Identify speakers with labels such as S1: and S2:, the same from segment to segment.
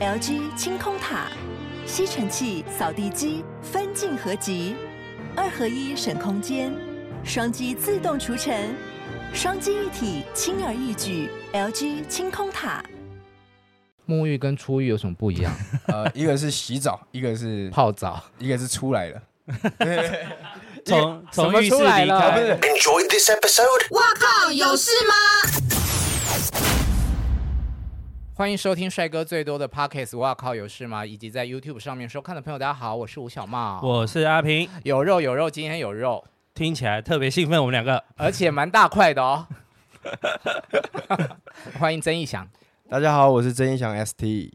S1: LG 清空塔、吸尘器、扫地机分镜合集，二合一省空间，双击自动除尘，双击一体轻而易举。LG 清空塔。
S2: 沐浴跟出浴有什么不一样？
S3: 呃，一个是洗澡，一个 是
S2: 泡澡，
S3: 一个是出来了。
S4: 从从浴室
S2: 出来
S4: 离
S2: 了
S4: 开，
S3: 不是
S5: Enjoyed this episode?
S2: 欢迎收听帅哥最多的 Pockets。哇靠，有事吗？以及在 YouTube 上面收看的朋友，大家好，我是吴小茂。
S4: 我是阿平，
S2: 有肉有肉，今天有肉，
S4: 听起来特别兴奋。我们两个
S2: 而且蛮大块的哦。欢迎曾义翔，
S3: 大家好，我是曾一翔 ST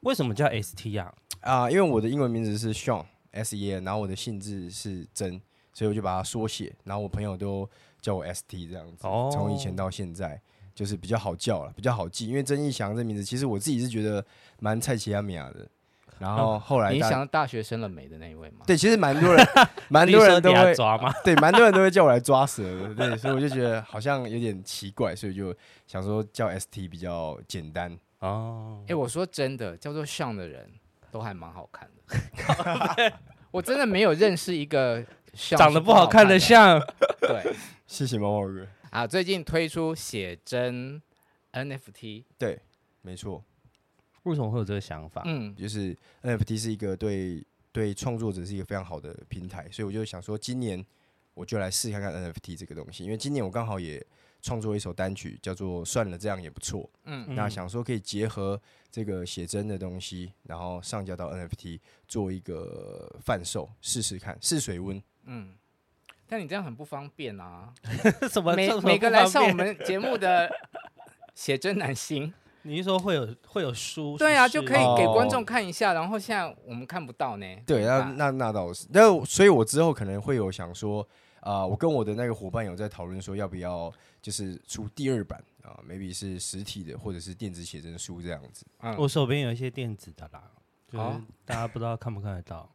S4: 为什么叫 ST 啊？
S3: 啊、因为我的英文名字是 Sean S E N，然后我的姓字是曾，所以我就把它缩写，然后我朋友都叫我 ST 这样子，
S4: 哦
S3: 从、以前到现在。就是比较好叫了，比较好记，因为曾一翔这名字，其实我自己是觉得蛮蔡奇亚米亚的。然后后来
S2: 你
S3: 大
S2: 想到大学生了没的那一位吗？
S3: 对，其实蛮多 人，蛮多人都
S4: 绿色
S3: 会
S4: 嗲抓吗？
S3: 对，蛮多人都会叫我来抓蛇的，对，所以我就觉得好像有点奇怪，所以就想说叫 ST 比较简单。
S4: 哦
S2: 哎、，我说真的，叫做像的人都还蛮好看的。我真的没 有认识一个像
S4: 长
S2: 是
S4: 得不好看的
S2: 像。
S4: 像，
S2: 对
S3: 谢谢猫猫哥。
S2: 啊，最近推出写真 NFT，
S3: 对，没错，
S4: 为什么会有这个想法？
S2: 嗯，
S3: 就是 NFT 是一个对对创作者是一个非常好的平台，所以我就想说，今年我就来试看看 NFT 这个东西，因为今年我刚好也创作一首单曲，叫做《算了，这样也不错》。
S2: 嗯
S3: 那想说可以结合这个写真的东西，然后上架到 NFT 做一个贩售，试试看，试水温。
S2: 嗯，但你这样很不方便啊！
S4: 什么
S2: 每
S4: 这么
S2: 每个来
S4: 不方
S2: 上我
S4: 便
S2: 们节目 的写真男星，
S4: 你是说会有会有书？
S2: 对啊，
S4: 是
S2: 就
S4: 不
S2: 可
S4: 是
S2: 以给
S3: 哦
S2: 观众看一下。然后现在我们看不到呢，
S3: 对，
S2: 怎么
S3: 那
S2: 办
S3: 那那倒是，那我所以，我之后可能会有想说，啊、我跟我的那个伙伴有在讨论说，要不要就是出第二版啊、m a y b e 是实体的，或者是电子写真书这样子。
S4: 我
S2: 嗯，
S4: 手边有一些电子的啦，就是
S2: 哦
S4: 大家不知道看不看得到。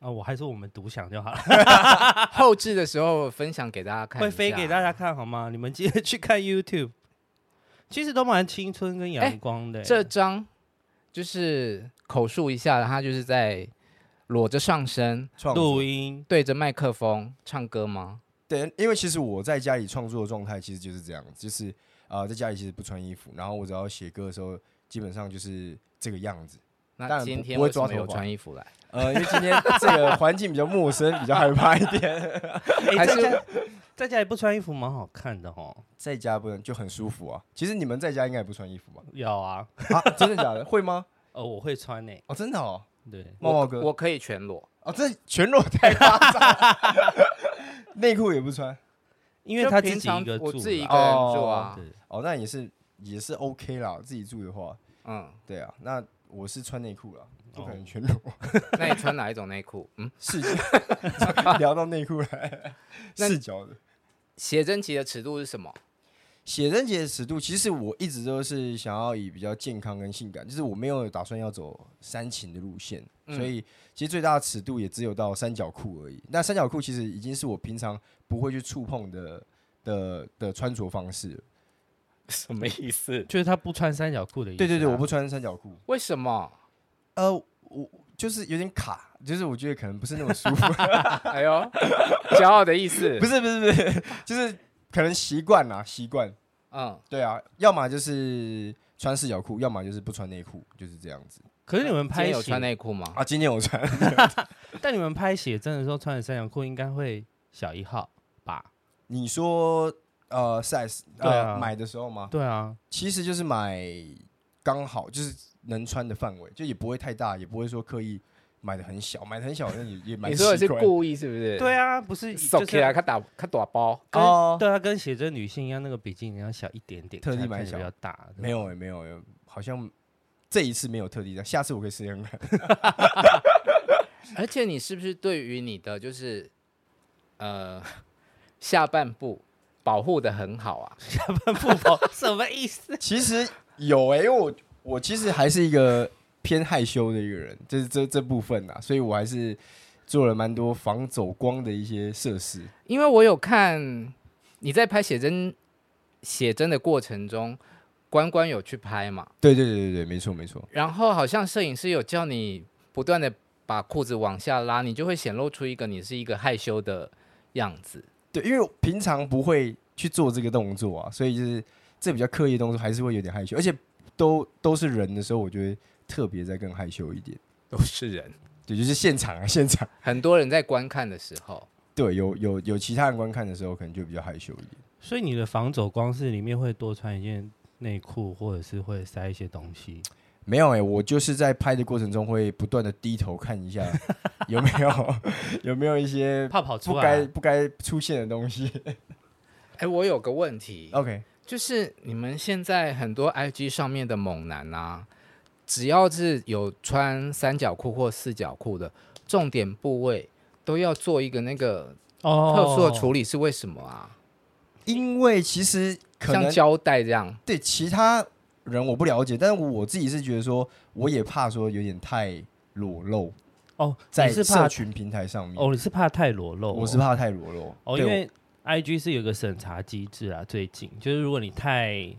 S4: 啊，我还是我们独享就好了，
S2: 啊后置的时候分享给大家看，
S4: 会飞给大家。看好吗？你们记得去看 YouTube，其实都蛮青春跟阳光的欸、
S2: 这张就是口述一下，他就是在裸着上身，
S3: 创作
S4: 录音
S2: 对着麦克风唱歌吗？
S3: 对，因为其实我在家里创作的状态其实就是这样，就是啊、呃在家里其实不穿衣服，然后我只要写歌的时候，基本上就是这个样子。当
S2: 那
S3: 然
S2: 今
S3: 不
S2: 天
S3: 不会
S2: 为什
S3: 抓
S2: 么有
S3: 头发
S2: 穿衣服来？
S3: 呃，因为今天这个环境比较陌生，比较害怕一点，
S4: 哎
S2: 还
S4: 在
S2: 是
S4: 家在家里不穿衣服蛮好看的哦。
S3: 在家不能就很舒服啊。其实你们在家应该也不穿衣服吧？
S4: 有啊，
S3: 啊，真的假的？会吗？
S4: 呃，我会穿呢、
S3: 哦，真的哦，
S4: 对，
S3: 茂茂哥，
S2: 我可以全裸。
S3: 哦，这全裸太夸张了，内裤也不穿，
S4: 因为
S2: 就
S4: 他
S2: 平
S4: 自己
S2: 常
S4: 一个
S2: 我
S4: 住
S2: 自己一
S4: 啦
S2: 个人住啊，
S4: 对，
S3: 哦，那也是也是 OK 啦，自己住的话，
S2: 嗯，
S3: 对啊，那我是穿内裤啦，不可
S4: 哦
S3: 能全裸，
S2: 那你穿哪一种内裤？嗯，
S3: 视角聊到内裤来，
S2: 那你
S3: 视角的。
S2: 写真集的尺度是什么？
S3: 写真节的尺度，其实我一直都是想要以比较健康跟性感，就是我没有打算要走煽情的路线，
S2: 嗯
S3: 所以其实最大的尺度也只有到三角裤而已。那三角裤其实已经是我平常不会去触碰的的的穿着方式了。
S2: 什么意思？
S4: 就是他不穿三角裤的意思、
S3: 对对对，我不。穿三角裤，
S2: 为什么？
S3: 呃，我就是有点卡，就是我觉得可能不是那么 舒服，
S2: 哎呦，骄傲的意思。
S3: 不，是不是不是， 就是可能习惯啦，习惯。
S2: 嗯，
S3: 对啊，要么就是穿四角裤，要么就是不穿内裤，就是这样子
S4: 可是你们
S2: 今
S4: 拍
S2: 天有
S4: 写
S2: 穿，内裤吗？
S3: 啊。今天我穿。
S4: 但你们拍写真的时候穿的三角裤应该会小一号吧？
S3: 你说呃 size
S4: 对
S3: 呃
S4: 啊
S3: 买的时候吗？
S4: 对啊，
S3: 其实就是买刚好就是能穿的范围，就也不会太大，也不会说刻意买的很小，买的很小好像也也蛮
S2: 你
S3: 奇
S2: 说
S3: 怪
S2: 的是故意是不是？，
S4: 对啊，不是
S2: 手起来，他打他打包。
S4: 跟
S3: 哦
S4: 对啊，跟写真女性一样，那个比基尼要小一点点，
S3: 特地
S4: 看
S3: 买
S4: 看起来
S3: 小
S4: 比较大。对吧
S3: 没有欸没有欸，好像这一次没有特地的，下次我可以试试看。
S2: 而且你是不是对于你的就是呃下半部保护的很好啊？
S4: 不包 什么意思？
S3: 其实有哎、因为我我其实还是一个偏害羞的一个人，就是这这部分啊，所以我还是做了蛮多防走光的一些设施。
S2: 因为我有看你在拍写真写真的过程中，关关有去拍嘛，
S3: 对对对对对，没错没错，
S2: 然后好像摄影师有叫你不断的把裤子往下拉，你就会显露出一个你是一个害羞的样子。
S3: 对，因为我平常不会去做这个动作啊，所以就是这比较刻意的动作，还是会有点害羞，而且都都是人的时候，我觉得特别再更害羞一点。
S2: 都是人，
S3: 对，就是现场啊，现场。
S2: 很多人在观看的时候，
S3: 对，有有有其他人观看的时候，可能就比较害羞一点。
S4: 所以你的防走光是里面会多穿一件内裤，或者是会塞一些东西。
S3: 没有哎、我就是在拍的过程中会不断的低头看 一下有没有 有没有一些
S4: 怕跑
S3: 不
S4: 出来
S3: 该
S4: 啊，
S3: 不该出现的东 西。
S2: 哎，我有个问题，
S3: OK，
S2: 就是你们现在很多 IG 上面的猛男啊，只要是有穿三角裤或四角裤的，重点部位都要做一个那个特
S4: 哦
S2: 殊的处理，是为什么啊？
S3: 因为其实可
S2: 像
S3: 能
S2: 胶带这样，
S3: 对其他人我不了解，但是我自己是觉得说，我也怕说有点太裸露
S4: 哦，
S3: 在
S4: 你是怕
S3: 社群平台上面。
S4: 哦，你是怕太裸露哦、
S3: 我是怕太裸露
S4: 哦，
S3: 对
S4: 因为 I G 是有个审查机制啊，最近就是如果你太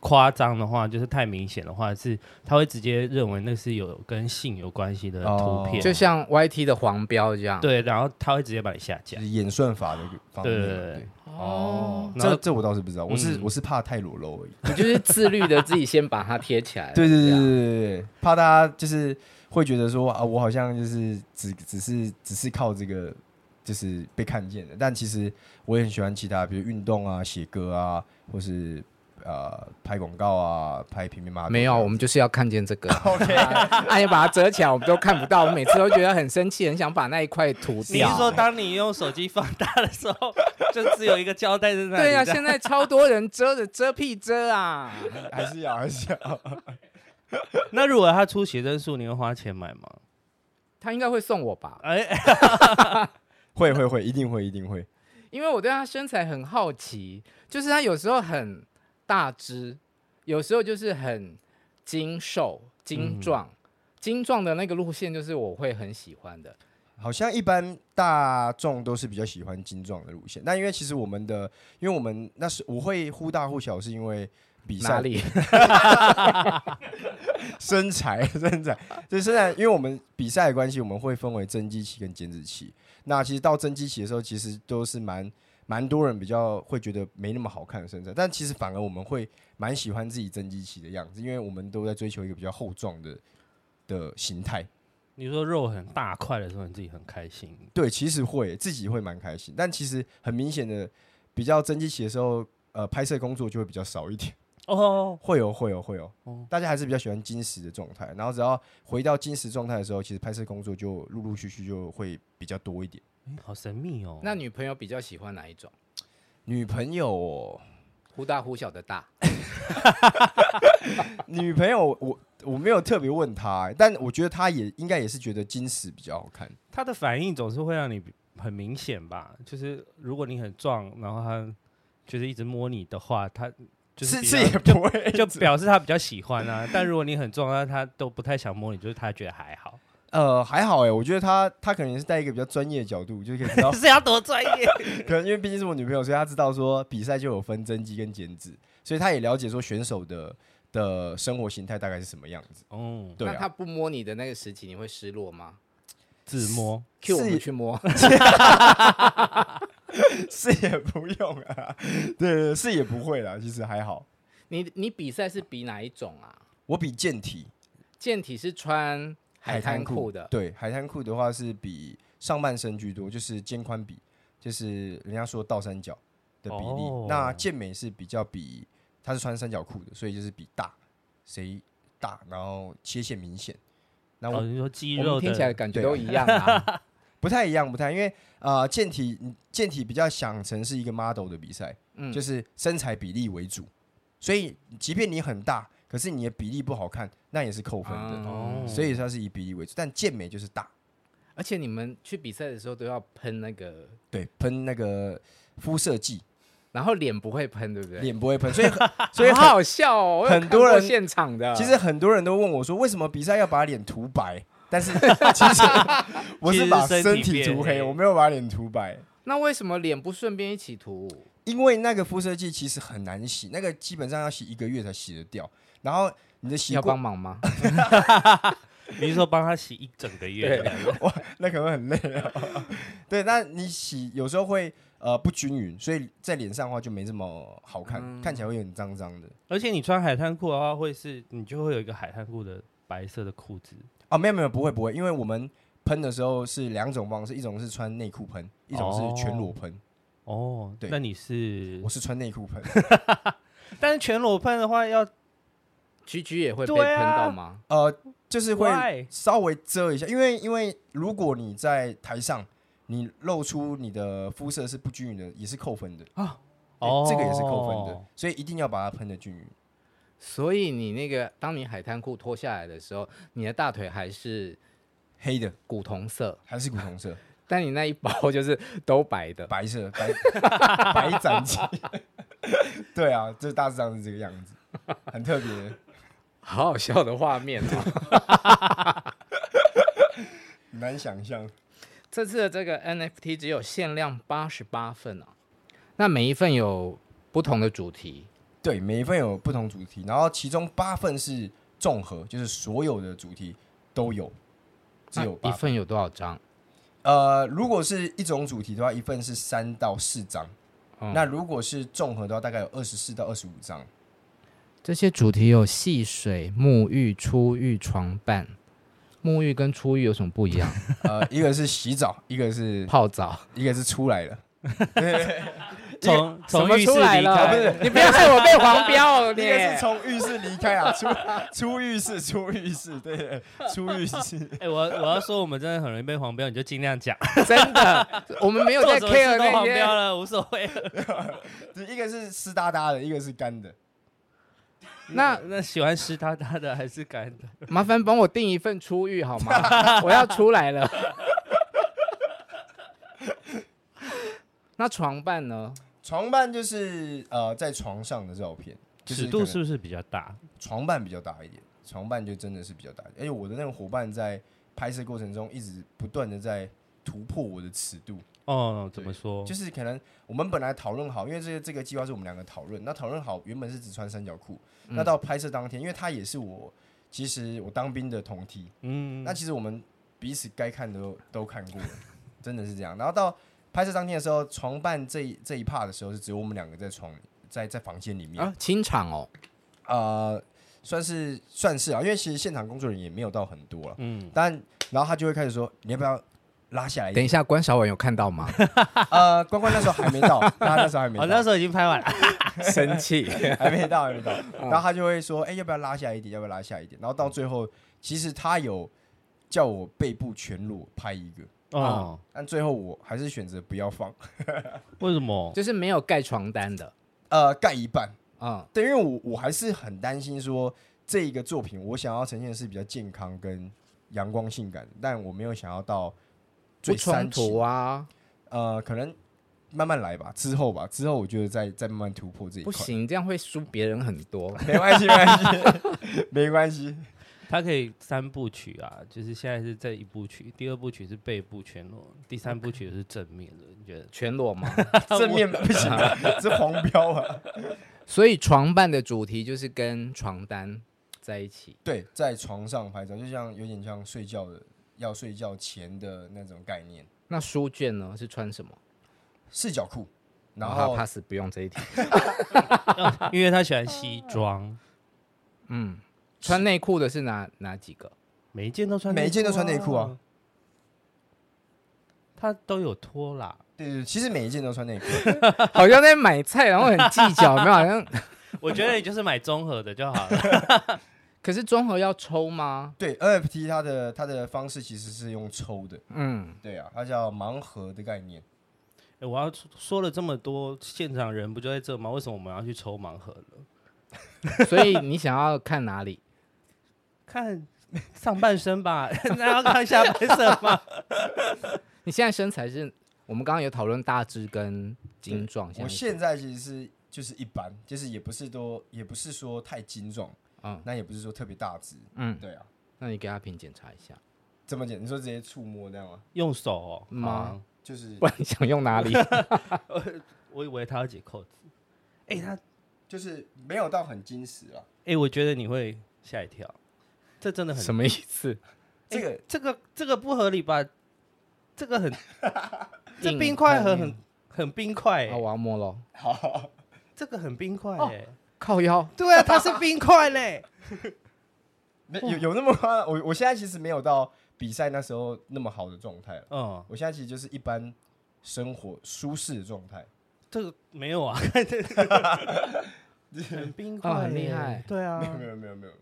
S4: 夸张的话，就是太明显的话，是他会直接认为那是有跟性有关系的图
S3: 哦
S4: 片，
S2: 就像 YT 的黄标这样。，
S4: 对，然后他会直接把你下
S3: 就
S4: 架
S3: 是。演算法的方面嘛。
S4: 对对对
S2: 哦，
S4: 然
S3: 这
S4: 后
S3: 这我倒是不知道，我是
S4: 嗯
S3: 我是怕太裸露而已。
S2: 你就是自律的，自己先把它贴起来。啊
S3: 对对
S2: 这
S3: 对对
S2: 样
S3: 对对，怕大家就是会觉得说啊，我好像就是只只是只是靠这个就是被看见的，但其实我也很喜欢其他，比如运动啊、写歌啊，或是呃拍广告啊、拍平面嘛。
S2: 没有，我们就是要看见这个。OK，哎 呀，把它折起来，我们都看不到。我每次都觉得很生气，很想把那一块涂
S4: 你是说，
S3: 欸
S2: 掉。
S4: 当你用手机放大的时候， 就只有一个胶带在那里？
S3: 啊
S2: 对呀、啊
S4: 这样
S2: 现在超多人遮着遮屁遮啊！
S3: 还是要还是要，
S4: 那如果他出写真书，你会花钱买吗？
S2: 他应该会送我吧，
S4: 哎、
S3: 会会会，一定会一定会。
S2: 因为我对他身材很好奇，就是他有时候很大只，有时候就是很精瘦、精
S3: 嗯
S2: 壮。精壮的那个路线就是我会很喜欢的，
S3: 好像一般大众都是比较喜欢精壮的路线，那因为其实我们的，因为我们那是我会忽大忽小，是因为比
S2: 哪
S3: 赛
S2: 里？
S3: 身材， 身材，就是身材，因为我们比赛的关系，我们会分为增肌期跟减脂期。那其实到增肌期的时候，其实都是蛮蛮多人比较会觉得没那么好看的身材，但其实反而我们会蛮喜欢自己增肌期的样子，因为我们都在追求一个比较厚壮的的形态。
S4: 你说肉很大块的时候，你自己很开心。
S3: 对，其实会自己会蛮开心，但其实很明显的，比较增肌期的时候，呃，拍摄工作就会比较少一点。
S4: 哦，
S3: 会有会有会有
S4: 哦，
S3: 大家还是比较喜欢金石的状态。然后只要回到金石状态的时候，其实拍摄工作就陆陆续续就会比较多一点。
S4: 好神秘哦。
S2: 那女朋友比较喜欢哪一种？
S3: 女朋友哦，
S2: 忽大忽小的大，
S3: 女朋友我，我没有特别问她、欸但我觉得她也应该也是觉得金石比较好看。
S4: 他的反应总是会让你很明显吧？就是如果你很壮，然后他就是一直摸你的话，他就是
S3: 是
S4: 比
S3: 是
S4: 较
S3: 也不会
S4: 就表示他比较喜欢啊。 但如果你很壮，那他都不太想摸你，就是他觉得还好。
S3: 呃还好哎、我觉得她她可能也是带一个比较专业的角度，就可以 知道
S4: 是要多专业？
S3: 可能因为毕竟是我女朋友，所以她知道说比赛就有分增肌跟减脂，所以她也了解说选手的的生活形态大概是什么样子。
S4: 哦，
S3: 对
S2: 那
S3: 啊
S2: 他，不摸你的那个时期，你会失落吗
S4: 自摸。
S2: ？Q 我
S3: 是
S2: 们去摸，
S3: 是也不用啊，对对对，是也不会啦，其实还好。
S2: 你你比赛是比哪一种啊？
S3: 我比健体
S2: 健体是穿海滩裤的，
S3: 对海滩裤的话是比上半身居多，就是肩宽比，就是人家说倒三角的比例。
S4: 哦
S3: 那健美是比较比，他是穿三角裤的，所以就是比大，谁大，然后切线明显。那我
S4: 哦，你说肌
S2: 我
S4: 肉
S2: 们听起来
S4: 的
S2: 感觉
S3: 对
S2: 都一样啊。
S3: 不太一样，不太，因为呃健体健体比较想成是一个 model 的比赛，
S2: 嗯，
S3: 就是身材比例为主，所以即便你很大，可是你的比例不好看，那也是扣分的。
S2: 哦
S4: 哦，
S3: 所以它是以比例为主，但健美就是大，
S2: 而且你们去比赛的时候都要喷那个，
S3: 对，喷那个肤色剂，
S2: 然后脸不会喷，对不对？
S3: 脸不会喷，所以很所
S2: 所
S3: 以
S2: 以好
S3: 很
S2: 好笑哦，我有
S3: 很
S2: 看
S3: 多
S2: 过
S3: 人
S2: 现场的，
S3: 其实很多人都问我说，为什么比赛要把脸涂白？但是其实我
S4: 其
S3: 是
S4: 实
S3: 把
S4: 身
S3: 身
S4: 体
S3: 体
S4: 变
S3: 涂
S4: 黑
S3: 黑，我没有把脸涂白。
S2: 那为什么脸不顺便一起涂？
S3: 因为那个肤色剂其实很难洗，那个基本上要洗一个月才洗得掉。然后你的洗
S2: 要帮
S3: 过，
S2: 忙吗？
S4: 你是说帮他洗一整个月？
S3: 那可能会很累啊。 对，那你洗有时候会呃不均匀，所以在脸上的话就没这么好看，
S2: 嗯
S3: 看起来会有点脏脏的。
S4: 而且你穿海滩裤的话，会是你就会有一个海滩裤的白色的裤子，
S3: 哦，没有没有，不会不会，因为我们喷的时候是两种方式，一种是穿内裤喷，一种是全裸喷。
S4: 哦，
S3: 对
S4: 那你是
S3: 我，是穿内裤喷，
S4: 但是全裸喷的话要
S2: 菊菊也会被
S4: 对
S2: 喷
S4: 啊
S2: 到吗？
S3: 呃，就是会
S4: Why？
S3: 稍微遮一下，因为因为如果你在台上，你露出你的肤色是不均匀的，也是扣分的。欸
S4: 哦，
S3: 这个也是扣分的，所以一定要把它喷的均匀。
S2: 所以你那个，当你海滩裤脱下来的时候，你的大腿还是
S3: 黑的
S2: 古铜色，
S3: 还是古 铜色，
S2: 但你那一包就是都白的。
S3: 白色白 白斩鸡。 对啊，这大致上是这个样子，很特别。
S2: 好好笑的画面哦！
S3: 很难想象，
S2: 这次的这个 NFT 只有限量八十八份哦，那每一份有不同的主题，
S3: 对，每一份有不同主题，然后其中八份是综合，就是所有的主题都有，只有
S2: 那
S3: 八
S2: 啊一份有多少张？
S3: 呃，如果是一种主题的话，一份是三到四张，
S2: 嗯
S3: 那如果是综合的话，大概有二十四到二十五张。
S2: 这些主题有戏水、沐浴、出浴、床伴。沐浴跟出浴有什么不一样？
S3: 呃，一个是洗澡，一个 是
S2: 泡澡
S3: 一个是出来了，
S4: 从
S2: 怎
S4: 从
S2: 么
S4: 浴室
S2: 出来
S4: 离
S2: 了？
S4: 开，
S2: 你不要害我被黄标哦！
S3: 一
S2: 你
S3: 个是从浴室离开啊，出出浴室，出浴室，对，出浴室。
S4: 哎、我我要说，我们真的很容易被黄标，你就尽量
S3: 哎
S4: 讲，
S2: 真的，我们没有在
S4: 做什么
S2: care
S4: 事都
S2: 那
S4: 黄标
S2: 些。
S4: 了，无所谓。
S3: 一个是湿哒哒的，一个是干的。
S2: 那
S4: 那喜欢湿哒哒的还是干的？
S2: 麻烦帮我订一份出浴好吗？我要出来了。那床伴呢？
S3: 床伴就是呃，在床上的照片，就是
S4: 尺度
S3: 可能
S4: 是不是比较大？
S3: 床伴比较大一点，床伴就真的是比较大。而且我的那个伙伴在拍摄过程中一直不断的在突破我的尺度，
S4: 哦，
S3: 对
S4: 怎么说？
S3: 就是可能我们本来讨论好，因为这个这个计划是我们两个讨论，那讨论好原本是只穿三角裤，
S4: 嗯
S3: 那到拍摄当天，因为他也是我其实我当兵的同梯，
S4: 嗯，
S3: 那其实我们彼此该看的都都看过了，真的是这样。然后到拍摄当天的时候，床伴这一这一 part 的时候是只有我们两个在床在在房间里面，
S2: 啊，清场哦，
S3: 呃，算是算是啊，因为其实现场工作人员也没有到很多了，
S4: 嗯，
S3: 但然后他就会开始说，你要不要拉下来一
S2: 等
S3: 点？
S2: 一下，关少文有看到吗？
S3: 呃，关关那时候还没到，他那时候还没
S4: 我、哦那
S3: 到，
S4: 时候已经拍完了。
S2: 生气，
S3: 还没到，还没到。
S2: 啊
S3: 然后他就会说，哎、要不要拉下一点？要不要拉下一点？然后
S2: 嗯
S3: 到最后，其实他有叫我背部全裸拍一个，
S4: 哦，
S3: 但最后我还是选择不要放，
S4: 为什 么？
S2: 就是没有盖床单的。
S3: 呃，盖一半。
S2: 嗯，
S3: 对，因为我我还是很担心说这一个作品，我想要呈现的是比较健康跟阳光性感，但我没有想要到
S2: 不
S3: 最
S2: 冲
S3: 煽情
S2: 突。啊，
S3: 呃，可能慢慢来吧，之后吧，之后我觉得再再慢慢突破这一
S2: 不
S3: 块。，
S2: 行，这样会输别人很多。
S3: 没关系，没关系， 没关系。
S4: 它可以三部曲啊，就是现在是这一部曲，第二部曲是背部全裸，第三部曲就是正面的。你觉得？
S2: 全裸吗？
S3: 正面不行啊， 这黄标啊。
S2: 所以床伴的主题就是跟床单在一起。
S3: 对，在床上拍照，就像有点像睡觉的，要睡觉前的那种概念，
S2: 那书卷呢是穿什么？
S3: 四角裤，然
S2: 好
S3: 后
S2: pass 不用这一题。
S4: 因为他喜欢西装，
S2: 嗯，穿内裤的是哪哪几个？
S4: 每一件都穿、
S3: 每一件都穿内裤啊。
S4: 他都有脱啦，
S3: 对对对，其实每一件都穿内裤。
S2: 好像在买菜，然后很计较，有没有？好像
S4: 我觉得你就是买综合的就好了。
S2: 可是综合要抽吗？
S3: 对，NFT 它的它的方式其实是用抽的，
S2: 嗯，
S3: 对啊，它叫盲盒的概念。
S4: 欸我要说说了这么多，现场人不就在这吗？为什么我们要去抽盲盒呢？
S2: 所以你想要看哪里？
S4: 看 上半身吧， 那要看下半身 吗？
S2: 你现在身材是？我们刚刚有讨论大致跟精壮，
S3: 我
S2: 现在
S3: 现在其实是就是一般，就是也不是多，也不是说太精壮，
S2: 嗯
S3: 那也不是说特别大只，
S2: 嗯，
S3: 对啊。
S2: 那你给阿平检查一下，
S3: 这么简，你说直接触摸这样吗？
S2: 嗯
S4: 用手哦，
S2: 吗
S4: 吗？
S3: 就是
S2: 不然你想用哪里？
S4: 我我以为他要解扣子。哎、他
S3: 就是没有到很矜持啊。
S4: 哎、我觉得你会吓一跳，这真的很
S2: 什么意思？
S3: 这个
S4: 欸这个这个不合理吧？这个很这
S2: 硬
S4: 冰块很
S2: 很
S4: 很很冰块、
S2: 好，啊
S4: 欸，
S2: 我要摸喽。
S3: 好，
S4: 这个很冰块、
S2: 哦
S4: 欸。
S2: 靠腰，
S4: 对啊，它是冰块嘞。
S3: 没有有那么夸张我我现在其实没有到比赛那时候那么好的状态了，
S4: 嗯，
S3: 我现在其实就是一般生活舒适的状态。
S4: 这个没有啊， 很冰块、
S2: 啊很厉害
S4: 对啊
S3: 没，有没有没有没有，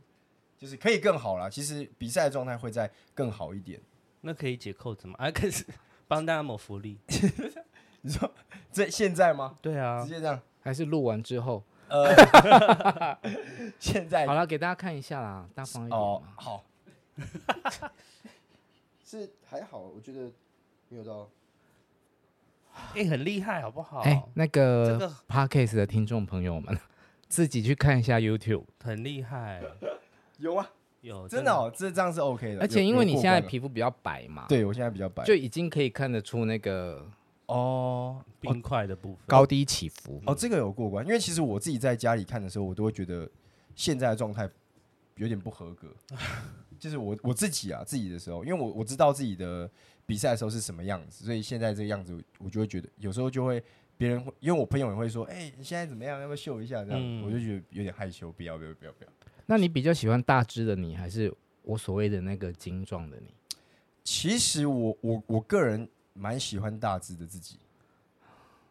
S3: 就是可以更好啦。其实比赛的状态会再更好一点。
S4: 那可以解扣子吗？啊，可是帮大家谋福利。
S3: 你说这现在吗？
S4: 对啊
S3: 直，接这样，
S2: 还是录完之后，
S3: 呃，现在
S2: 好了，给大家看一下啦，大方一点
S3: 哦
S2: 嘛。
S3: 好， 是还好，我觉得没有到
S4: 哎、很厉害，好不好？
S2: 哎、
S3: 哦
S2: 那
S4: 这
S2: 个
S4: 个
S2: podcast 的听众朋友们， 自己去看一下 YouTube。
S4: 很厉害，
S3: 有啊，
S4: 有
S3: 真的哦，这这样是 OK 的。
S2: 而且
S3: 有
S2: 因为你现在，
S3: 有过关了
S2: 皮肤比较白嘛，，
S3: 对我现在比较白，
S2: 就已经可以看得出那个
S3: 哦
S4: 冰块的部分。
S2: 高低起伏。
S3: 哦，这个有过关，因为其实我自己在家里看的时候，我都会觉得现在的状态有点不合格， 就是我我自己啊自己的时候，因为我我知道自己的比赛的时候是什么样子，所以现在这个样子，我就会觉得有时候就会别人会，因为我朋友也会说，哎、你现在怎么样？要不要秀一下？这样、
S4: 嗯
S3: 我就觉得有点害羞，不要不要不要不要。
S2: 那你比较喜欢大只的你，还是我所谓的那个精壮的你？
S3: 其实我我我个人蛮喜欢大只的自己，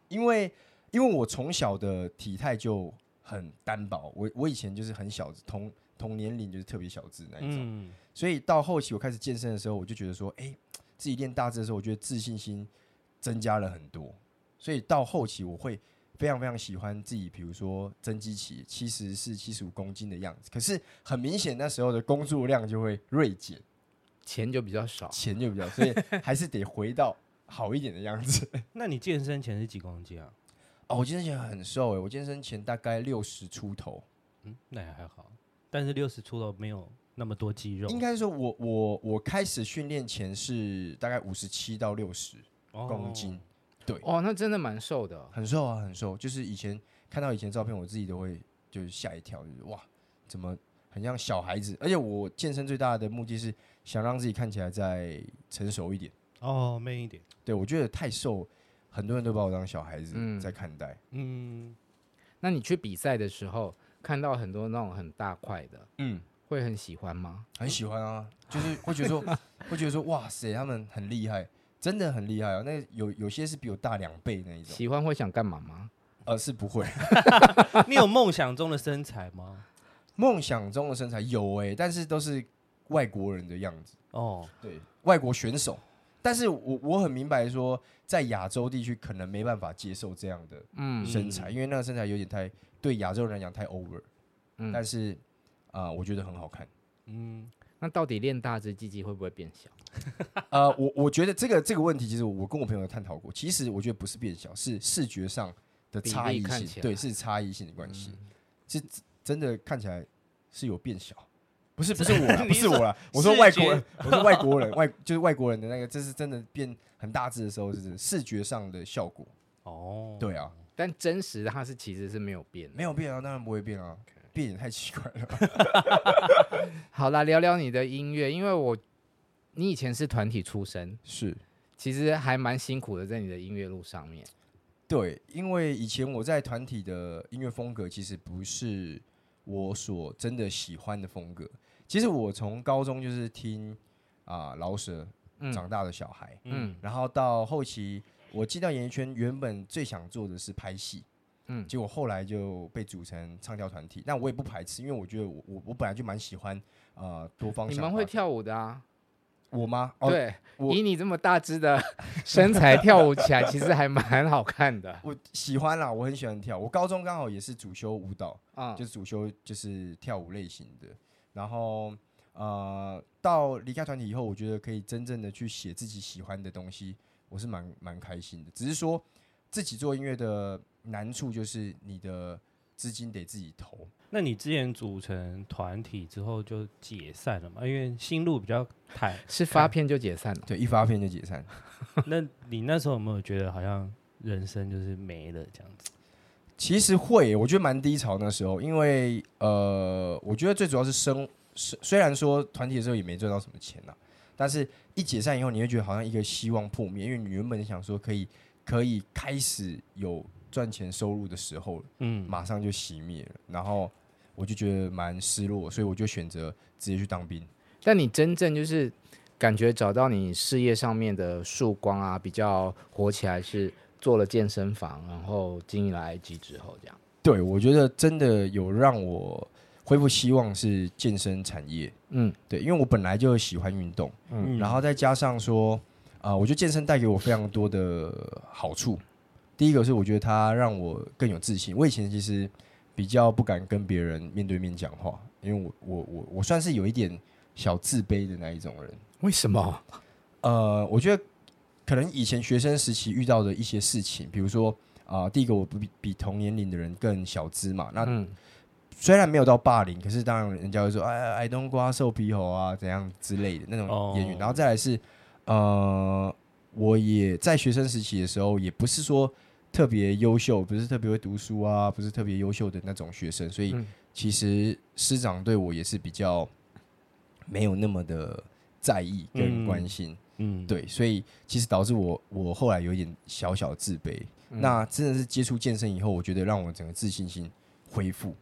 S3: 因为因为我从小的体态就很单薄，我我以前就是很小，同同年龄就是特别小只那一种，
S4: 嗯，
S3: 所以到后期我开始健身的时候，我就觉得说，哎、自己练大只的时候，我觉得自信心增加了很多，所以到后期我会非常非常喜欢自己，比如说增肌期七十四、七十五公斤的样子，可是很明显那时候的工作量就会锐减。
S2: 钱就比较少，
S3: 钱就比较，所以还是得回到好一点的样子。
S4: 那你健身前是几公斤啊？
S3: 哦，我健身前很瘦诶、我健身前大概六十出头，
S4: 嗯，那也还好，但是六十出头没有那么多肌肉，
S3: 应该说我我我开始训练前是大概五十七到六十
S4: 哦
S3: 公斤，对，
S2: 哦，那真的蛮瘦的。哦
S3: 很瘦啊，很瘦。就是以前看到以前照片，我自己都会就是吓一跳，就是哇，怎么很像小孩子？而且我健身最大的目的是想让自己看起来再成熟一点。
S4: 哦，慢一点。
S3: 对我觉得太瘦，很多人都把我当小孩子
S2: 嗯
S3: 在看待。
S4: 嗯，
S2: 那你去比赛的时候，看到很多那种很大块的，
S3: 嗯，
S2: 会很喜欢吗？
S3: 很喜欢啊，就是会觉 得说，会觉得说，哇塞，他们很厉害，真的很厉害啊。那有有些是比我大两倍那一种，
S2: 喜欢会想干嘛吗？
S3: 呃，是不会。
S4: 你有梦想中的身材吗？
S3: 梦想中的身材有哎、但是都是外国人的样子，
S4: 哦，
S3: 对，外国选手。但是我我很明白说，在亚洲地区可能没办法接受这样的
S2: 嗯
S3: 身材，因为那个身材有点太对亚洲人来讲太 over，、但
S2: 嗯，
S3: 是啊、呃我觉得很好看。
S4: 嗯，
S2: 那到底练大只鸡鸡会不会变小？
S3: 呃，我我觉得这个这个问题，其实我跟我朋友探讨过。其实我觉得不是变小，是视觉上的
S2: 比
S3: 差
S2: 例
S3: 异
S2: 看
S3: 性
S2: 起，
S3: 对，
S2: 来
S3: 是差异性的关系，是真的看起来是有变小。不是不是我啦，
S4: 你
S3: 不是
S4: 说
S3: 我啦，我说
S4: 视
S3: 外国
S4: 觉
S3: 人，我说外国人，外就是外国人的那个，这是真的变很大致的时候，是视觉上的效果。
S4: 哦，
S3: 对啊，
S2: 但真实它是其实是没有变的。
S3: 没有变啊，当然不会变啊，变也太奇怪了。
S2: 好啦，聊聊你的音乐，因为我你以前是团体出身，
S3: 是
S2: 其实还蛮辛苦的，在你的音乐路上面。
S3: 对，因为以前我在团体的音乐风格其实不是我所真的喜欢的风格。其实我从高中就是听啊、饶舌
S2: 嗯
S3: 长大的小孩，
S2: 嗯，
S3: 然后到后期我进到演艺圈，原本最想做的是拍戏，
S2: 嗯
S3: 结果后来就被组成唱跳团体。那我也不排斥，因为我觉得我我我本来就蛮喜欢啊多方
S2: 你
S3: 向。
S2: 们会？跳舞的啊？
S3: 我吗？哦，
S2: 对，
S3: 我
S2: 以你这么大只的身材跳舞 起来，其实还蛮好看的。
S3: 我喜欢啦，我很喜欢跳。我高中刚好也是主修舞蹈。
S2: 嗯，，
S3: 就是主修就是跳舞类型的。然后呃，到离开团体以后，我觉得可以真正的去写自己喜欢的东西，我是蛮蛮开心的。只是说自己做音乐的难处就是你的资金得自己投，
S4: 那你之前组成团体之后就解散了嘛？因为心路比较坦
S2: 是发片就解散了。
S3: 对，一发片就解散。
S4: 那你那时候有没有觉得好像人生就是没了这样子？
S3: 其实会，我觉得蛮低潮那时候，因为呃，我觉得最主要是生，虽虽然说团体的时候也没赚到什么钱呐、啊但是一解散以后，你会觉得好像一个希望破灭，因为你原本想说可以可以开始有赚钱收入的时候，
S4: 嗯，
S3: 马上就熄灭了，然后我就觉得蛮失落，所以我就选择直接去当兵。
S2: 但你真正就是感觉找到你事业上面的曙光啊，比较火起来是做了健身房，然后经营了 IG 之后这样。
S3: 对，我觉得真的有让我恢复希望是健身产业，
S2: 嗯，
S3: 对，因为我本来就喜欢运动，
S4: 嗯
S3: 然后再加上说，啊、我觉得健身带给我非常多的好处。第一个是我觉得它让我更有自信。我以前其实比较不敢跟别人面对面讲话，因为我我我我算是有一点小自卑的那一种人。
S2: 为什么？
S3: 呃，我觉得可能以前学生时期遇到的一些事情，比如说啊、第一个我比比同年龄的人更小资嘛，那
S2: 嗯，
S3: 虽然没有到霸凌，可是当然人家会说哎哎冬瓜瘦皮猴啊怎样之类的那种言语。
S4: 哦
S3: 然后再来是呃，我也在学生时期的时候，也不是说特别优秀，不是特别会读书啊，不是特别优秀的那种学生，所以
S2: 嗯
S3: 其实师长对我也是比较没有那么的在意跟
S4: 嗯
S3: 关心。
S4: 嗯，，
S3: 对，所以其实导致我我后来有一点小小自卑。
S4: 嗯
S3: 那真的是接触健身以后，我觉得让我整个自信心恢复。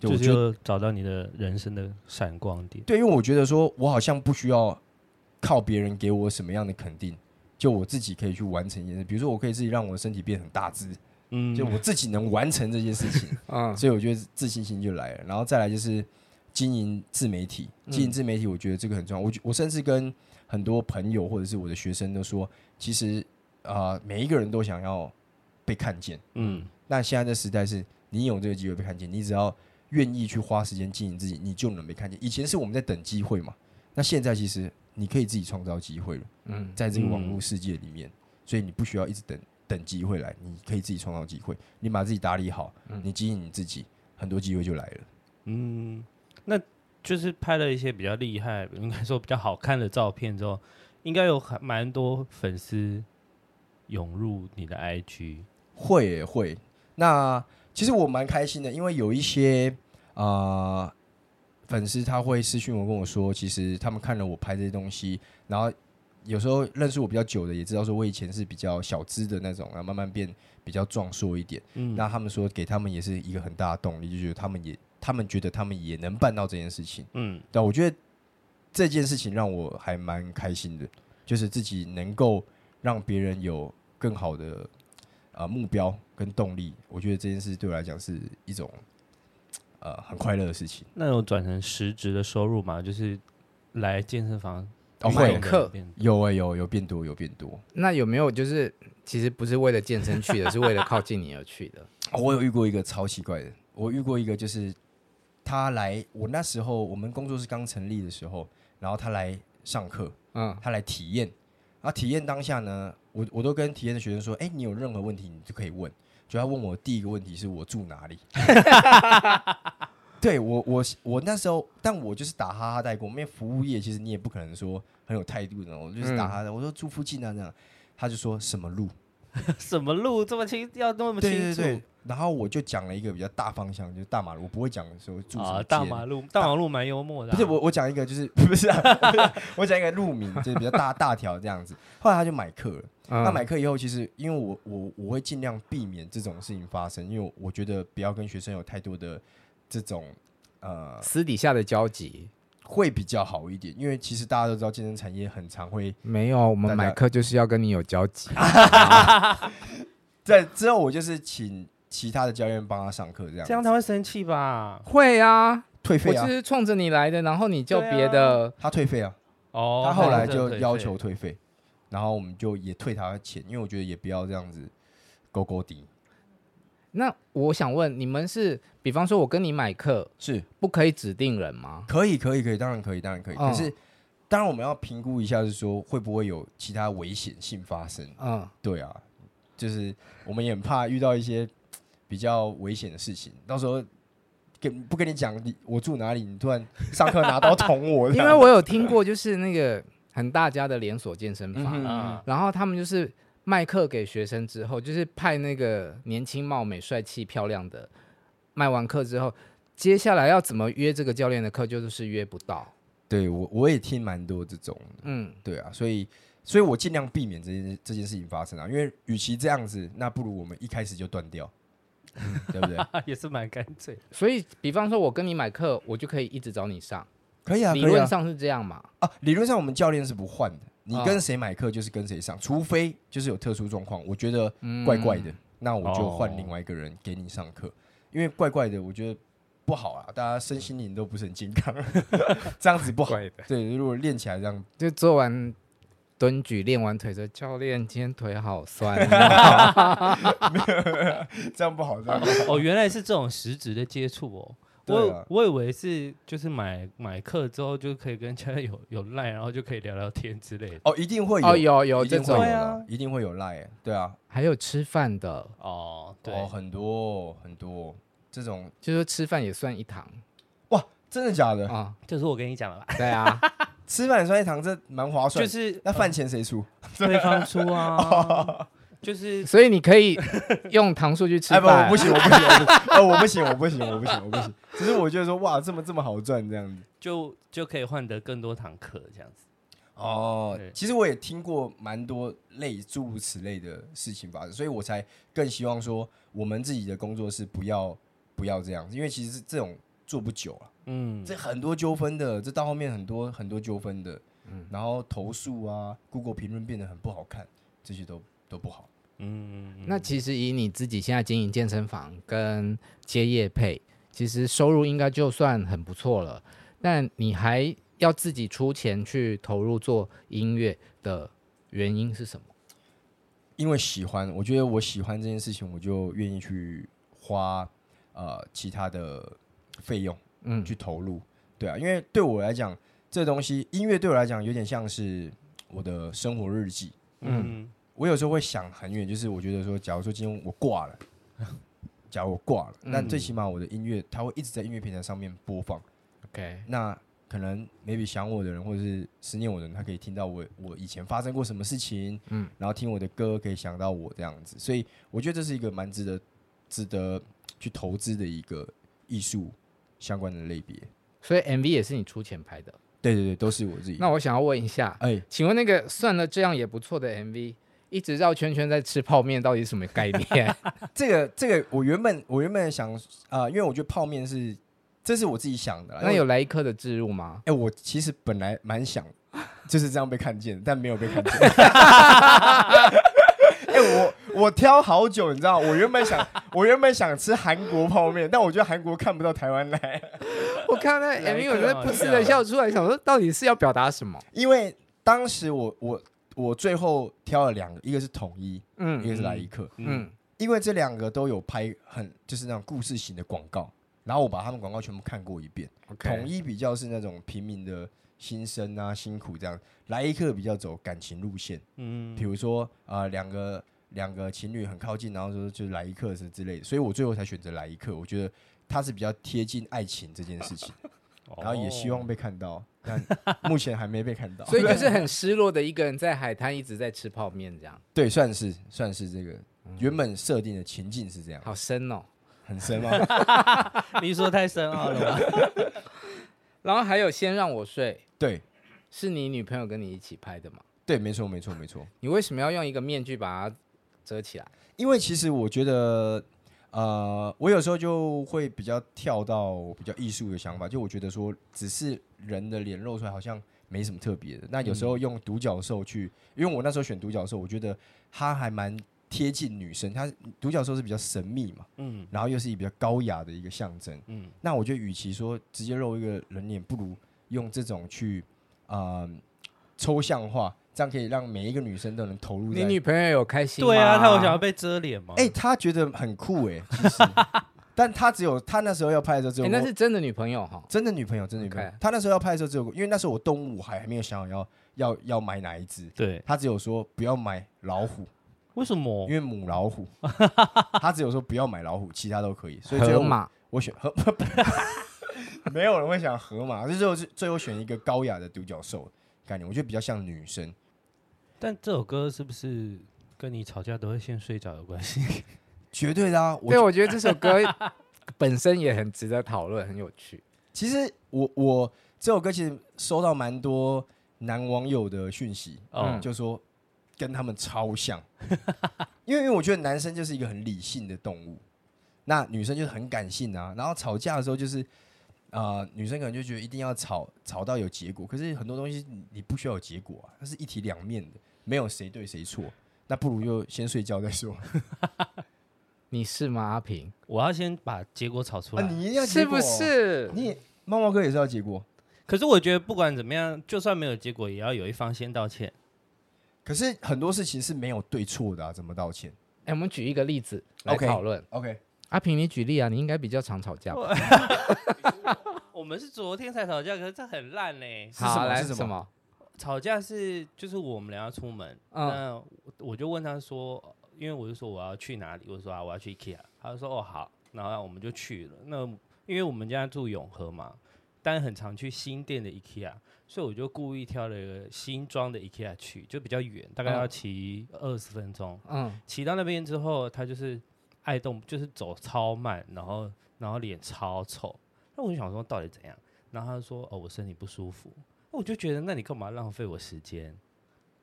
S3: 对，
S4: 就
S3: 我
S4: 是
S3: 觉得
S4: 又找到你的人生的闪光点。
S3: 对，因为我觉得说我好像不需要靠别人给我什么样的肯定，就我自己可以去完成一件事。比如说，我可以自己让我的身体变很大只，
S4: 嗯，
S3: 就我自己能完成这件事情。
S2: 嗯，
S3: 所以我觉得自信心就来了。然后再来就是经营自媒体，经营自媒体，我觉得这个很重要。我觉我甚至跟很多朋友或者是我的学生都说，其实啊、呃每一个人都想要被看见。
S4: 嗯
S3: 那现在的时代是你有这个机会被看见，你只要愿意去花时间经营自己，你就能被看见。以前是我们在等机会嘛，那现在其实你可以自己创造机会了，
S2: 嗯，
S3: 在这个网络
S4: 嗯
S3: 世界里面，所以你不需要一直等等机会来，你可以自己创造机会，你把自己打理好，你经营你自己，很多机会就来了。
S4: 嗯，那就是拍了一些比较厉害，应该说比较好看的照片之后，应该有很蛮多粉丝涌入你的 IG。
S3: 会耶会。那其实我蛮开心的，因为有一些啊、呃粉丝他会私讯我跟我说，其实他们看了我拍这些东西，然后有时候认识我比较久的也知道，说我以前是比较小资的那种，然后慢慢变比较壮硕一点。
S4: 嗯，
S3: 那他们说给他们也是一个很大的动力，就觉得他们也他们觉得他们也能办到这件事情。
S4: 嗯，
S3: 对，我觉得这件事情让我还蛮开心的，就是自己能够让别人有更好的呃目标跟动力，我觉得这件事对我来讲是一种呃很快乐的事情。
S4: 那有转成实质的收入吗？就是来健身房
S3: 哦
S4: 卖
S3: 会
S4: 的
S2: 课
S4: 变多
S3: 有哎、有有变多有变多、
S2: 那有没有就是其实不是为了健身去的，是为了靠近你而去的？
S3: 哦我有遇过一个超奇怪的，我遇过一个就是他来我那时候我们工作室刚成立的时候，然后他来上课，
S2: 嗯
S3: 他来体验。然后体验当下呢，我我都跟体验的学生说，哎、你有任何问题你就可以问。就他问我第一个问题是我住哪里？ 对我我我那时候，但我就是打哈哈带过，因为服务业其实你也不可能说很有态度的，我就是打哈
S4: 嗯
S3: 哈带，我说住附近啊这样，他就说什么路？
S4: 什么路这么清，要那么清
S3: 对对
S4: 楚
S3: 对，然后我就讲了一个比较大方向，就是大马路，我不会讲说住什么
S4: 啊？
S3: 街
S4: 大马路，大马路蛮幽默的啊、
S3: 不是我，我讲一个就是不是、啊，不是啊我讲一个路名，就是比较大大条这样子。后来他就买课了，
S2: 嗯，
S3: 那买课以后，其实因为我我我会尽量避免这种事情发生，因为我我觉得不要跟学生有太多的这种呃，
S2: 私底下的交集
S3: 会比较好一点。因为其实大家都知道，健身产业很常会
S2: 没有，我
S3: 大
S2: 们
S3: 家
S2: 买课就是要跟你有交 集。
S3: 在之后，我就是请其他的教练帮他上课，这样
S4: 这样他会生气吧？
S2: 会啊，
S3: 退
S2: 我
S3: 费
S2: 就
S3: 啊，
S2: 是冲着你来的，然后你叫
S4: 对啊
S2: 别的，
S3: 他退费啊，
S4: 哦，
S3: 他后来
S4: 这样
S3: 就
S4: 对
S3: 要
S4: 对
S3: 求退费，然后我们就也退他钱，因为我觉得也不要这样子勾勾底。
S2: 那我想问，你们是，比方说我跟你买课，
S3: 是
S2: 不可以指定人吗？
S3: 可以，可以，可以，当然可以，当然可以。可
S2: 嗯
S3: 是，当然我们要评估一下，是说会不会有其他危险性发生？
S2: 嗯，
S3: 对啊，就是我们也很怕遇到一些比较危险的事情，到时候跟不跟你讲你我住哪里，你突然上课拿刀捅我
S2: 因
S3: 这 样，
S2: 为我有听过，就是那个很大家的连锁健身
S3: 嗯
S2: 房，
S3: 哼
S4: 啊
S2: 然后他们就是卖课给学生之后，就是派那个年轻貌美、帅气漂亮的卖完课之后，接下来要怎么约这个教练的课，就是约不到。
S3: 对我我也听蛮多这种的，
S2: 嗯，
S3: 对啊，所以所以我尽量避免这件这件事情发生啊，因为与其这样子，那不如我们一开始就断掉，嗯对 不对？
S4: 啊，也是蛮干脆。
S2: 所以比方说，我跟你买课，我就可以一直找你上，
S3: 可以啊，
S2: 理
S3: 可以
S2: 论
S3: 啊
S2: 上是这样嘛？
S3: 啊，理论上我们教练是不换的，你
S2: 哦
S3: 跟谁买课就是跟谁上，除非就是有特殊状况，我觉得怪怪的，那我就换另外一个人给你上课，因为怪怪的，我觉得不好啊，大家身心灵都不是很健康， 这样子不好。
S2: 的，
S3: 对，如果练起来这样，
S2: 就做完蹲举，练完腿之后，教练今天腿好酸 哦、
S3: 这样不好，这样不好
S4: 哦，原来是这种实质的接触哦。
S3: 对啊
S4: 我我以为是就是买买课之后就可以跟教练有 有赖，然后就可以聊聊天之类的。
S3: 哦，一定会有，
S2: 哦，有有
S3: 一
S2: 这
S3: 定会
S2: 种，
S3: 有啦，一定会有赖，对啊，
S2: 还有吃饭的，
S4: 哦，对，
S3: 哦，很多很多这种，
S2: 就是吃饭也算一堂
S3: 哇，真的假的？
S2: 啊、
S4: 就是我跟你讲了吧，
S2: 对啊，
S3: 吃饭算一堂，这蛮划算
S4: 就
S3: 哎的，
S4: 是
S3: 那饭钱谁出？
S4: 对方出
S3: 哦
S4: 啊，就是
S2: 所以你可以用糖数去吃
S3: 哎不，我
S2: 饭
S3: 不。行，我不行，我不呃，我不行，我不行，我不行，我不行。只是我觉得说，哇，这么这么好赚这样子。
S4: 就就可以换得更多堂课这样子。
S3: 哦
S4: 对
S3: 其实我也听过蛮多类诸如此类的事情发生，所以我才更希望说，我们自己的工作室不要不要这样子，因为其实这种做不久啊，
S4: 嗯，
S3: 这很多纠纷的，这到后面很多很多纠纷的，然后投诉啊，Google 评论变得很不好看，这些都都不好。
S4: 嗯，
S2: 那其实以你自己现在经营健身房跟接业配，其实收入应该就算很不错了。但你还要自己出钱去投入做音乐的原因是什么？
S3: 因为喜欢，我觉得我喜欢这件事情，我就愿意去花呃其他的费用
S2: 嗯，
S3: 去投入，对啊，因为对我来讲，这东西音乐对我来讲有点像是我的生活日记。
S4: 嗯
S3: 我有时候会想很远，就是我觉得说，假如说今天我挂了，假如我挂了，那最起码我的音乐它会一直在音乐平台上面播放。
S2: OK，
S3: 那可能 maybe 想我的人，或者是思念我的人，他可以听到我我以前发生过什么事情，
S2: 嗯
S3: 嗯，然后听我的歌可以想到我这样子，所以我觉得这是一个蛮值得值得去投资的一个艺术相关的类别。
S2: 所以 MV 也是你出钱拍的。
S3: 对对对，都是我自己。
S2: 那我想要问一下，
S3: 哎、
S2: 请问那个算了这样也不错的 MV，一直绕圈圈在吃泡面，到底是什么概 念？
S3: 这个这个，我原本我原本想啊、呃因为我觉得泡面是这是我自己想的啦，
S2: 那
S3: 因为
S2: 有来一颗的置入吗？
S3: 哎、我其实本来蛮想就是这样被看见，但没有被看见。 哎、我我挑好久，你知道，我原本想，我原本想吃韩国泡面，但我觉得韩国看不到台湾来，
S2: 我看到那
S4: 来一
S2: MV，
S4: 颗
S2: 我真的噗嗤的笑出来，想说到底是要表达什么？
S3: 因为当时我我我最后挑了两个，一个是统一，一
S2: 嗯
S3: 个是来一克，
S2: 嗯，
S3: 因为这两个都有拍很就是那种故事型的广告，然后我把他们广告全部看过一遍。
S2: ，OK，
S3: 统一比较是那种平民的心声啊、辛苦这样，来一克比较走感情路线。
S4: 嗯
S3: 比如说啊，呃两个两个情侣很靠近，然后说就是来一刻是之类的，所以我最后才选择来一刻。我觉得它是比较贴近爱情这件 事情，
S4: 哦
S3: 然后也希望被看到，但 目前还没被看到。
S2: 哦 所以就是很失落的一个人在海滩一直在吃泡面， 这样
S3: 对，算是算是这个原本设定的情境是这样，
S2: 嗯好深哦。
S3: 很深 吗？
S4: 你说太深奥了 吧？
S2: 然后还有先让我睡，
S3: 对
S2: 是你女朋友跟你一起拍的嘛？
S3: 对，没错没错没错。
S2: 你为什么要用一个面具把它遮起来？
S3: 因为其实我觉得，呃，我有时候就会比较跳到比较艺术的想法，就我觉得说，只是人的脸露出来好像没什么特别的。那有时
S4: 嗯
S3: 候用独角兽去，因为我那时候选独角兽，我觉得它还蛮贴近女生，它独角兽是比较神秘嘛，
S4: 嗯
S3: 然后又是一个比较高雅的一个象征。
S4: 嗯
S3: 那我觉得，与其说直接露一个人脸，不如用这种去，呃，抽象化，这样可以让每一个女生都能投入在。
S2: 你女朋友有开心吗？
S4: 对啊，他有想要被遮脸吗？
S3: 哎、他觉得很酷哎、其实，但他只有他那时候要拍的时候只有
S2: 哎，
S3: 跟我、
S2: 那是真的女朋友哈。
S3: 真的女朋友，真的女朋友
S2: OK。
S3: 他那时候要拍的时候只有跟，因为那时候我动物我还还没有想好要要要买哪一只，
S4: 对，
S3: 他只有说不要买老虎，
S4: 为什么
S3: 因？为母 老虎，他只有说不要买老虎，其他都可以。所以最
S2: 河
S3: 后
S2: 马，
S3: 我选河， 没有人会想河马，所以最后是最后选一个高雅的独角兽概念，我觉得比较像女生。
S4: 但这首歌是不是跟你吵架都会先睡着有 关系。
S3: 绝对的啊！我
S2: 对，我觉得这首歌 本身也很值得讨论，很有趣。
S3: 其实我我这首歌其实收到蛮多男网友的讯息，
S4: 哦
S2: 嗯
S3: 就说跟他们超像， 因为因为我觉得男生就是一个很理性的动物，那女生就是很感性啊。然后吵架的时候就是，啊，女生可能就觉得一定要吵吵到有结果，可是很多东西你你不需要有结果啊，它是一体两面的，没有谁对谁错，那不如就先睡觉再说。
S2: 你是吗，阿平？
S4: 我要先把结果吵出
S3: 啊，
S4: 来。
S3: 你一定要结
S2: 是
S3: 果
S2: 不？是？
S3: 你也猫猫哥也是要结果，
S4: 可是我觉得不管怎么样，就算没有结果，也要有一方先道歉。
S3: 可是很多事情是没有对错的啊，怎么道歉
S2: 哎，我们举一个例子来
S3: OK 哦
S2: 讨论。
S3: ？OK，
S2: 阿平，你举例啊，你应该比较常吵架吧？
S4: 我们是昨天才吵架，可是这很烂欸呢、
S3: 是什么
S2: 好来
S3: 是什么
S2: 什么？
S4: 吵架是就是我们俩要出门，
S2: 嗯
S4: 那我我就问他说，哦因为我就说我要去哪里，我说啊我要去 IKEA，他就说哦好，然后我们就去了。那因为我们家住永和嘛，但很常去新店的 IKEA，所以我就故意挑了一个新庄的 IKEA 去，就比较远，大概
S2: 嗯
S4: 要骑二十分钟。
S2: 嗯，
S4: 骑到那边之后，他就是爱动，就是走超慢，然后然后脸超臭。那我就想说到底怎样？然后他就说哦，我身体不舒服。那我就觉得那你干嘛浪费我时间？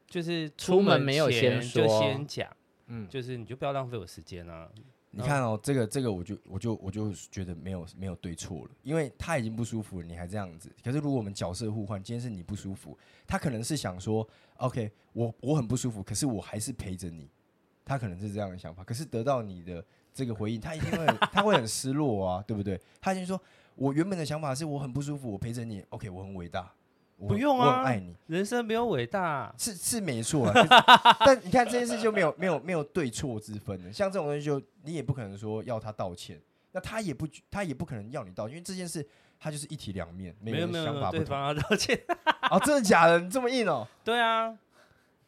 S4: 就是
S2: 出门
S4: 门
S2: 没有
S4: 前
S2: 先
S4: 就
S2: 说
S4: 先讲，
S2: 嗯
S4: 就是你就不要浪费我时间啊。
S3: 你看哦，这个这个我就我就我就觉得没有没有对错了，因为他已经不舒服了，你还这样子。可是如果我们角色互换，今天是你不舒服，他可能是想说，OK，我我很不舒服，可是我还是陪着你，他可能是这样的想法。可是得到你的这个回应，他一 定会他会很失落啊，对不对？他已经说，我原本的想法是我很不舒服，我陪着你，OK，我很伟大，我很
S4: 不用
S3: 我很
S4: 啊，
S3: 爱你。
S4: 人生没有伟大、
S3: 是是没错啊， 可是但你看这件事就没有没有没有对错之分的，像这种东西就你也不可能说要他道歉，那他也不他也不可能要你道歉，因为这件事他就是一体两面，每个
S4: 没有
S3: 人
S4: 没有
S3: 想
S4: 没有，
S3: 法不
S4: 对
S3: 同。
S4: 方要道歉。
S3: 哦，真的假的？你这么硬哦？
S4: 对啊，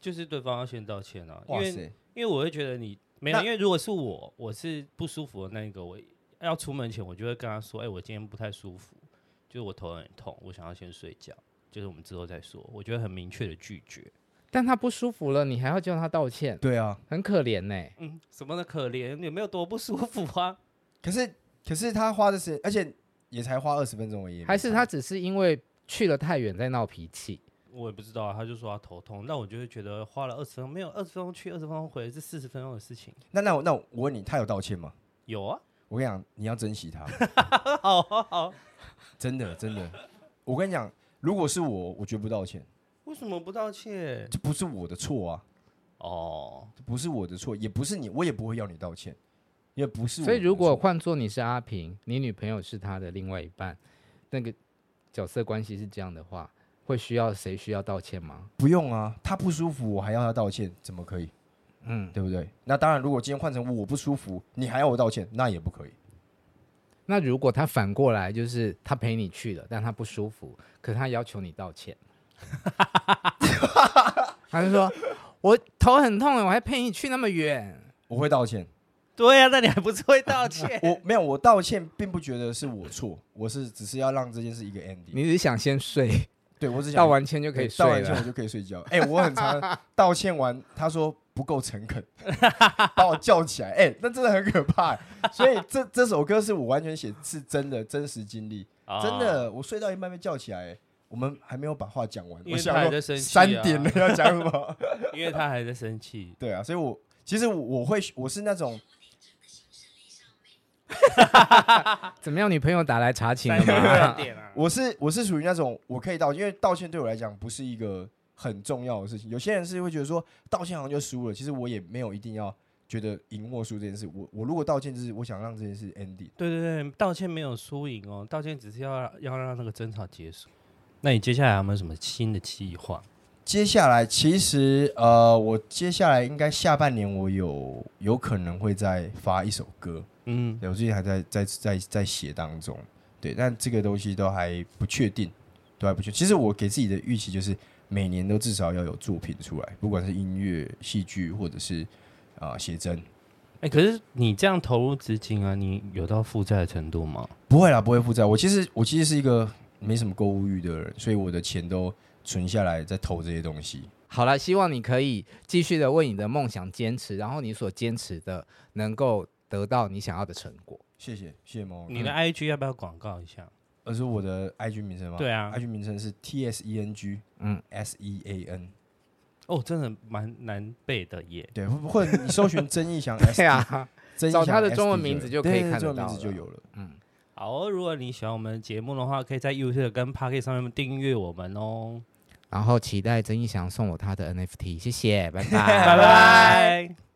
S4: 就是对方要先道歉啊，因
S3: 哇
S4: 为
S3: 塞！
S4: 因为我会觉得你没有，
S3: 那
S4: 因为如果是我，我是不舒服的那一个，我要出门前我就会跟他说，哎、我今天不太舒服，就是我头很痛，我想要先睡觉，就是我们之后再说。我觉得很明确的拒绝，
S2: 但他不舒服了，你还要叫他道歉，
S3: 对啊，
S2: 很可怜呢、
S4: 嗯，什么的可怜，有没有多不舒服啊？
S3: 可是可是他花的时间，而且也才花二十分钟而已，
S2: 还是他只是因为去了太远在闹脾气？
S4: 我也不知道啊，他就说他头痛，那我就会觉得花了二十分钟，没有二十分钟去，二十分钟回是四十分钟的事情。
S3: 那那我那我问你，他有道歉吗？
S4: 有啊，
S3: 我跟你讲，你要珍惜他，
S4: 好啊好，
S3: 真的真的。我跟你讲，如果是我，我绝不道歉，
S4: 为什么不道歉？
S3: 这不是我的错啊。
S4: 哦，
S3: 不是我的错，也不是你，我也不会要你道歉，因为不是
S2: 所
S3: 我的错。
S2: 以如果换做你是阿平，你女朋友是他的另外一半，那个角色关系是这样的话，会需要谁需要道歉吗？
S3: 不用啊，他不舒服，我还要他道歉，怎么可以？
S2: 嗯，
S3: 对不对？那当然，如果今天换成我不舒服，你还要我道歉，那也不可以。
S2: 那如果他反过来就是他陪你去了，但他不舒服，可是他要求你道 歉，他就说：“我头很痛，我还陪你去那么远。
S3: 我会道歉，
S4: 对呀、啊，那你还不是会道歉？
S3: 我没有，我道歉并不觉得是我错，我是只是要让这件事一个”
S2: 你
S3: ending。
S2: 只想先睡，
S3: 对我只想
S2: 道完歉就可以
S3: 对
S2: 睡
S3: 道完歉
S2: 了
S3: 我。就可以睡觉。哎、我很 常道歉完，他说不够诚恳，把我叫起来。哎、那真的很可怕。所以这这首歌是我完全写是真的真实经历。
S4: 哦
S3: 真的，我睡到一半被叫起来、我们还没有把话讲完，
S4: 因
S3: 我
S4: 为
S3: 想
S4: 他还
S3: 说
S4: 在生气
S3: 三
S4: 啊
S3: 点了要讲什么？
S4: 因为他还在生气。
S3: 对啊，所以我其实我我会我是那种
S2: 怎么样？女朋友打来查寝了
S4: 三点
S2: 吗
S4: 三？点啊，
S3: 我是我是属于那种我可以道歉，因为道歉对我来讲不是一个很重要的事情。有些人是会觉得说道歉好像就输了，其实我也没有一定要觉得赢或输这件事。我我如果道歉，就是我想让这件事 ending。
S4: 对对对，道歉没有输赢哦，道歉只是要让要让那个争吵结束。那你接下来有没有什么新的计划？
S3: 接下来其实呃，我接下来应该下半年我有有可能会再发一首歌。
S4: 嗯，
S3: 对，我最近还在在在在写当中，对，但这个东西都还不确定，都还不确。其实我给自己的预期就是每年都至少要有作品出来，不管是音乐、戏剧或者是啊写真。
S4: 哎、可是你这样投入资金啊，你有到负债的程度吗？
S3: 不会啦，不会负债。我其实我其实是一个没什么购物欲的人，所以我的钱都存下来在投这些东西。
S2: 好了，希望你可以继续的为你的梦想坚持，然后你所坚持的能够得到你想要的成果。
S3: 谢谢谢谢猫。
S4: 你的 IG 要不要广告一下？
S3: 而是我的 IG 名称吗？
S4: 对啊
S3: ，IG 名称是 T S E N G
S2: 嗯
S3: S E A N。
S4: 哦，真的蛮难背的耶。
S3: 对，或或者你搜寻曾义祥 S，
S2: 对啊，
S3: 曾义
S2: 找
S3: 祥
S2: 他的
S3: SD
S2: 中文名字就
S3: 有
S2: 可以
S3: 对
S2: 看
S3: 中
S2: 得
S3: 文名
S2: 到
S3: 字就
S2: 了
S3: 有了。
S2: 嗯，
S4: 好哦、如果你喜欢我们的节目的话，可以在 YouTube 跟 Pocket 上面订阅我们哦。
S2: 然后期待曾义翔送我他的 NFT，谢谢，拜拜，
S4: 拜拜。